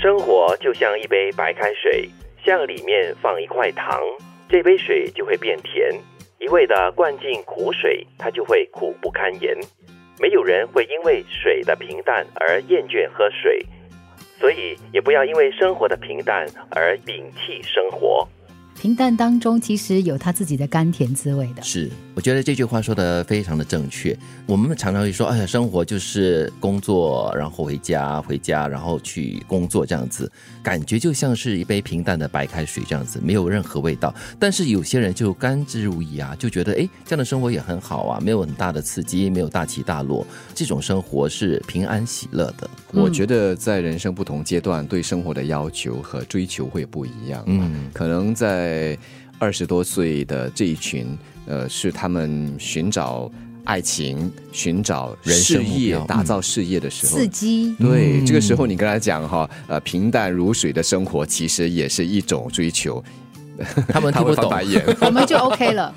生活就像一杯白开水，向里面放一块糖，这杯水就会变甜；一味的灌进苦水，它就会苦不堪言。没有人会因为水的平淡而厌倦喝水，所以也不要因为生活的平淡而摒弃生活。平淡当中其实有他自己的甘甜滋味的。是，我觉得这句话说的非常的正确。我们常常会说，哎呀，生活就是工作，然后回家，回家，然后去工作这样子，感觉就像是一杯平淡的白开水这样子，没有任何味道。但是有些人就甘之如饴啊，就觉得哎，这样的生活也很好啊，没有很大的刺激，没有大起大落，这种生活是平安喜乐的。我觉得在人生不同阶段，对生活的要求和追求会不一样。 嗯，可能在二十多岁的这一群，呃，是他们寻找爱情、寻找人生事目业标、打造事业的时候刺。激，对，嗯这个时候你跟他讲哈，呃，平淡如水的生活其实也是一种追求，他们他听不会翻懂白，眼。 我们就 OK 了，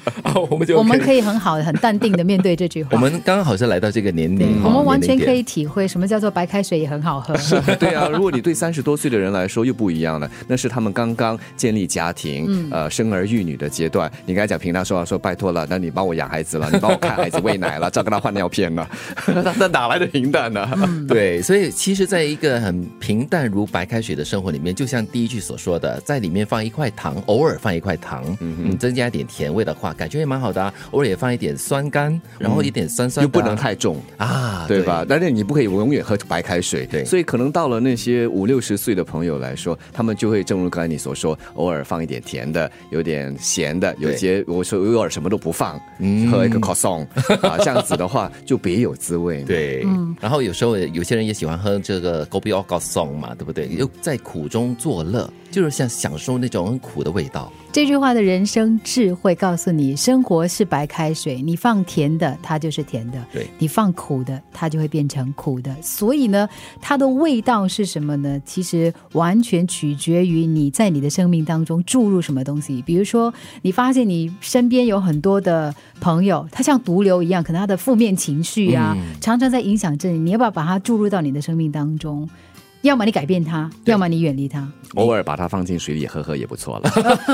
我 们就我们可以很好、很淡定的面对这句话。我们刚好是来到这个年龄，我们完全可 以。以体会什么叫做白开水也很好喝。 对啊，如果你对三十多岁的人来说又不一样了，那是他们刚刚建立家庭，呃，生儿育女的阶段。你刚才讲平常说啊说拜托了，那你帮我养孩子了，你帮我看孩子喂奶了，照顾他换尿片了，嗯那那 哪来的平淡呢、 对，所以其实，在一个很平淡如白开水的生活里面，就像第一句所说的，在里面放一块糖，偶尔放一块糖，嗯，增加一点甜味的话，感觉也蛮好的、啊。偶尔也放一点酸甘，然后一点酸酸又的啊、不能太重。啊，对吧？？但是你不可以永远喝白开水，对所以可能到了那些五六十岁的朋友来说，他们就会正如刚才你所说，偶尔放一点甜的，有点咸的，有些我说偶尔什么都不放，喝一个 croissant 啊，这样子的话就别有滋味。，对，然后有时候有些人也喜欢喝这个 Gobi o g o Song 嘛，对不对？又在苦中作乐，就是想享受那种很苦的味道。这句话的人生智慧告诉你：生活是白开水，你放甜的，它就是甜的；对你放苦的，它就会变成苦的。所以呢，它的味道是什么呢？其实完全取决于你在你的生命当中注入什么东西。比如说，你发现你身边有很多的朋友，他像毒瘤一样，可能他的负面情绪啊，常常在影响着你。你要不要把它注入到你的生命当中？要么你改变它，要么你远离它。偶尔把它放进水里喝喝也不错了，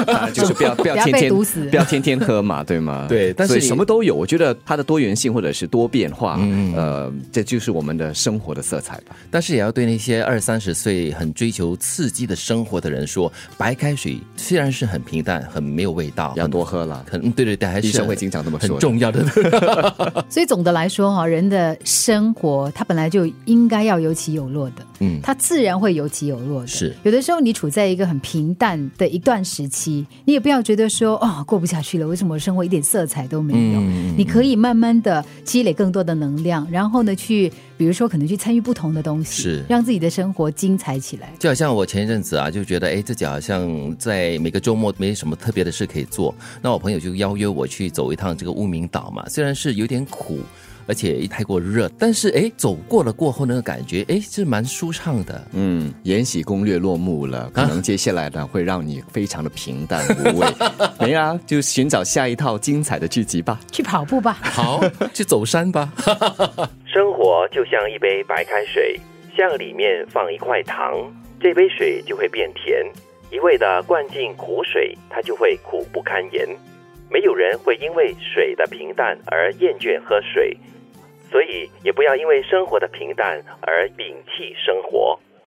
当然就是不要不要不要天被天毒死不要天天喝嘛，对吗？对但是所以你什么都有，我觉得它的多元性或者是多变化，呃，这就是我们的生活的色彩吧。但是也要对那些二三十岁很追求刺激的生活的人说，白开水虽然是很平淡、很没有味道，要很多喝了，很对对对，还是医生会经常这么说的很重要的。 所以总的来说哈，人的生活它本来就应该要有起有落的，嗯它自然会有起有落的。是有的时候你处在一个很平淡的一段时期，你也不要觉得说哦过不下去了，为什么我生活一点色彩都没有？嗯你可以慢慢的积累更多的能量，然后呢去，比如说可能去参与不同的东西，是让自己的生活精彩起来。就好像我前一阵子啊，就觉得哎，自己好像在每个周末没什么特别的事可以做，那我朋友就邀约我去走一趟这个乌明岛嘛，虽然是有点苦。而且太过热，但是哎，走过了过后那个感觉，哎，是蛮舒畅的。嗯，《延禧攻略》落幕了，可能接下来呢会让你非常的平淡无味。没啊，就寻找下一套精彩的剧集吧。去跑步吧。好， 去走山吧。生活就像一杯白开水，向里面放一块糖，这杯水就会变甜；一味的灌进苦水，它就会苦不堪言。没有人会因为水的平淡而厌倦喝水，所以也不要因为生活的平淡而摒弃生活。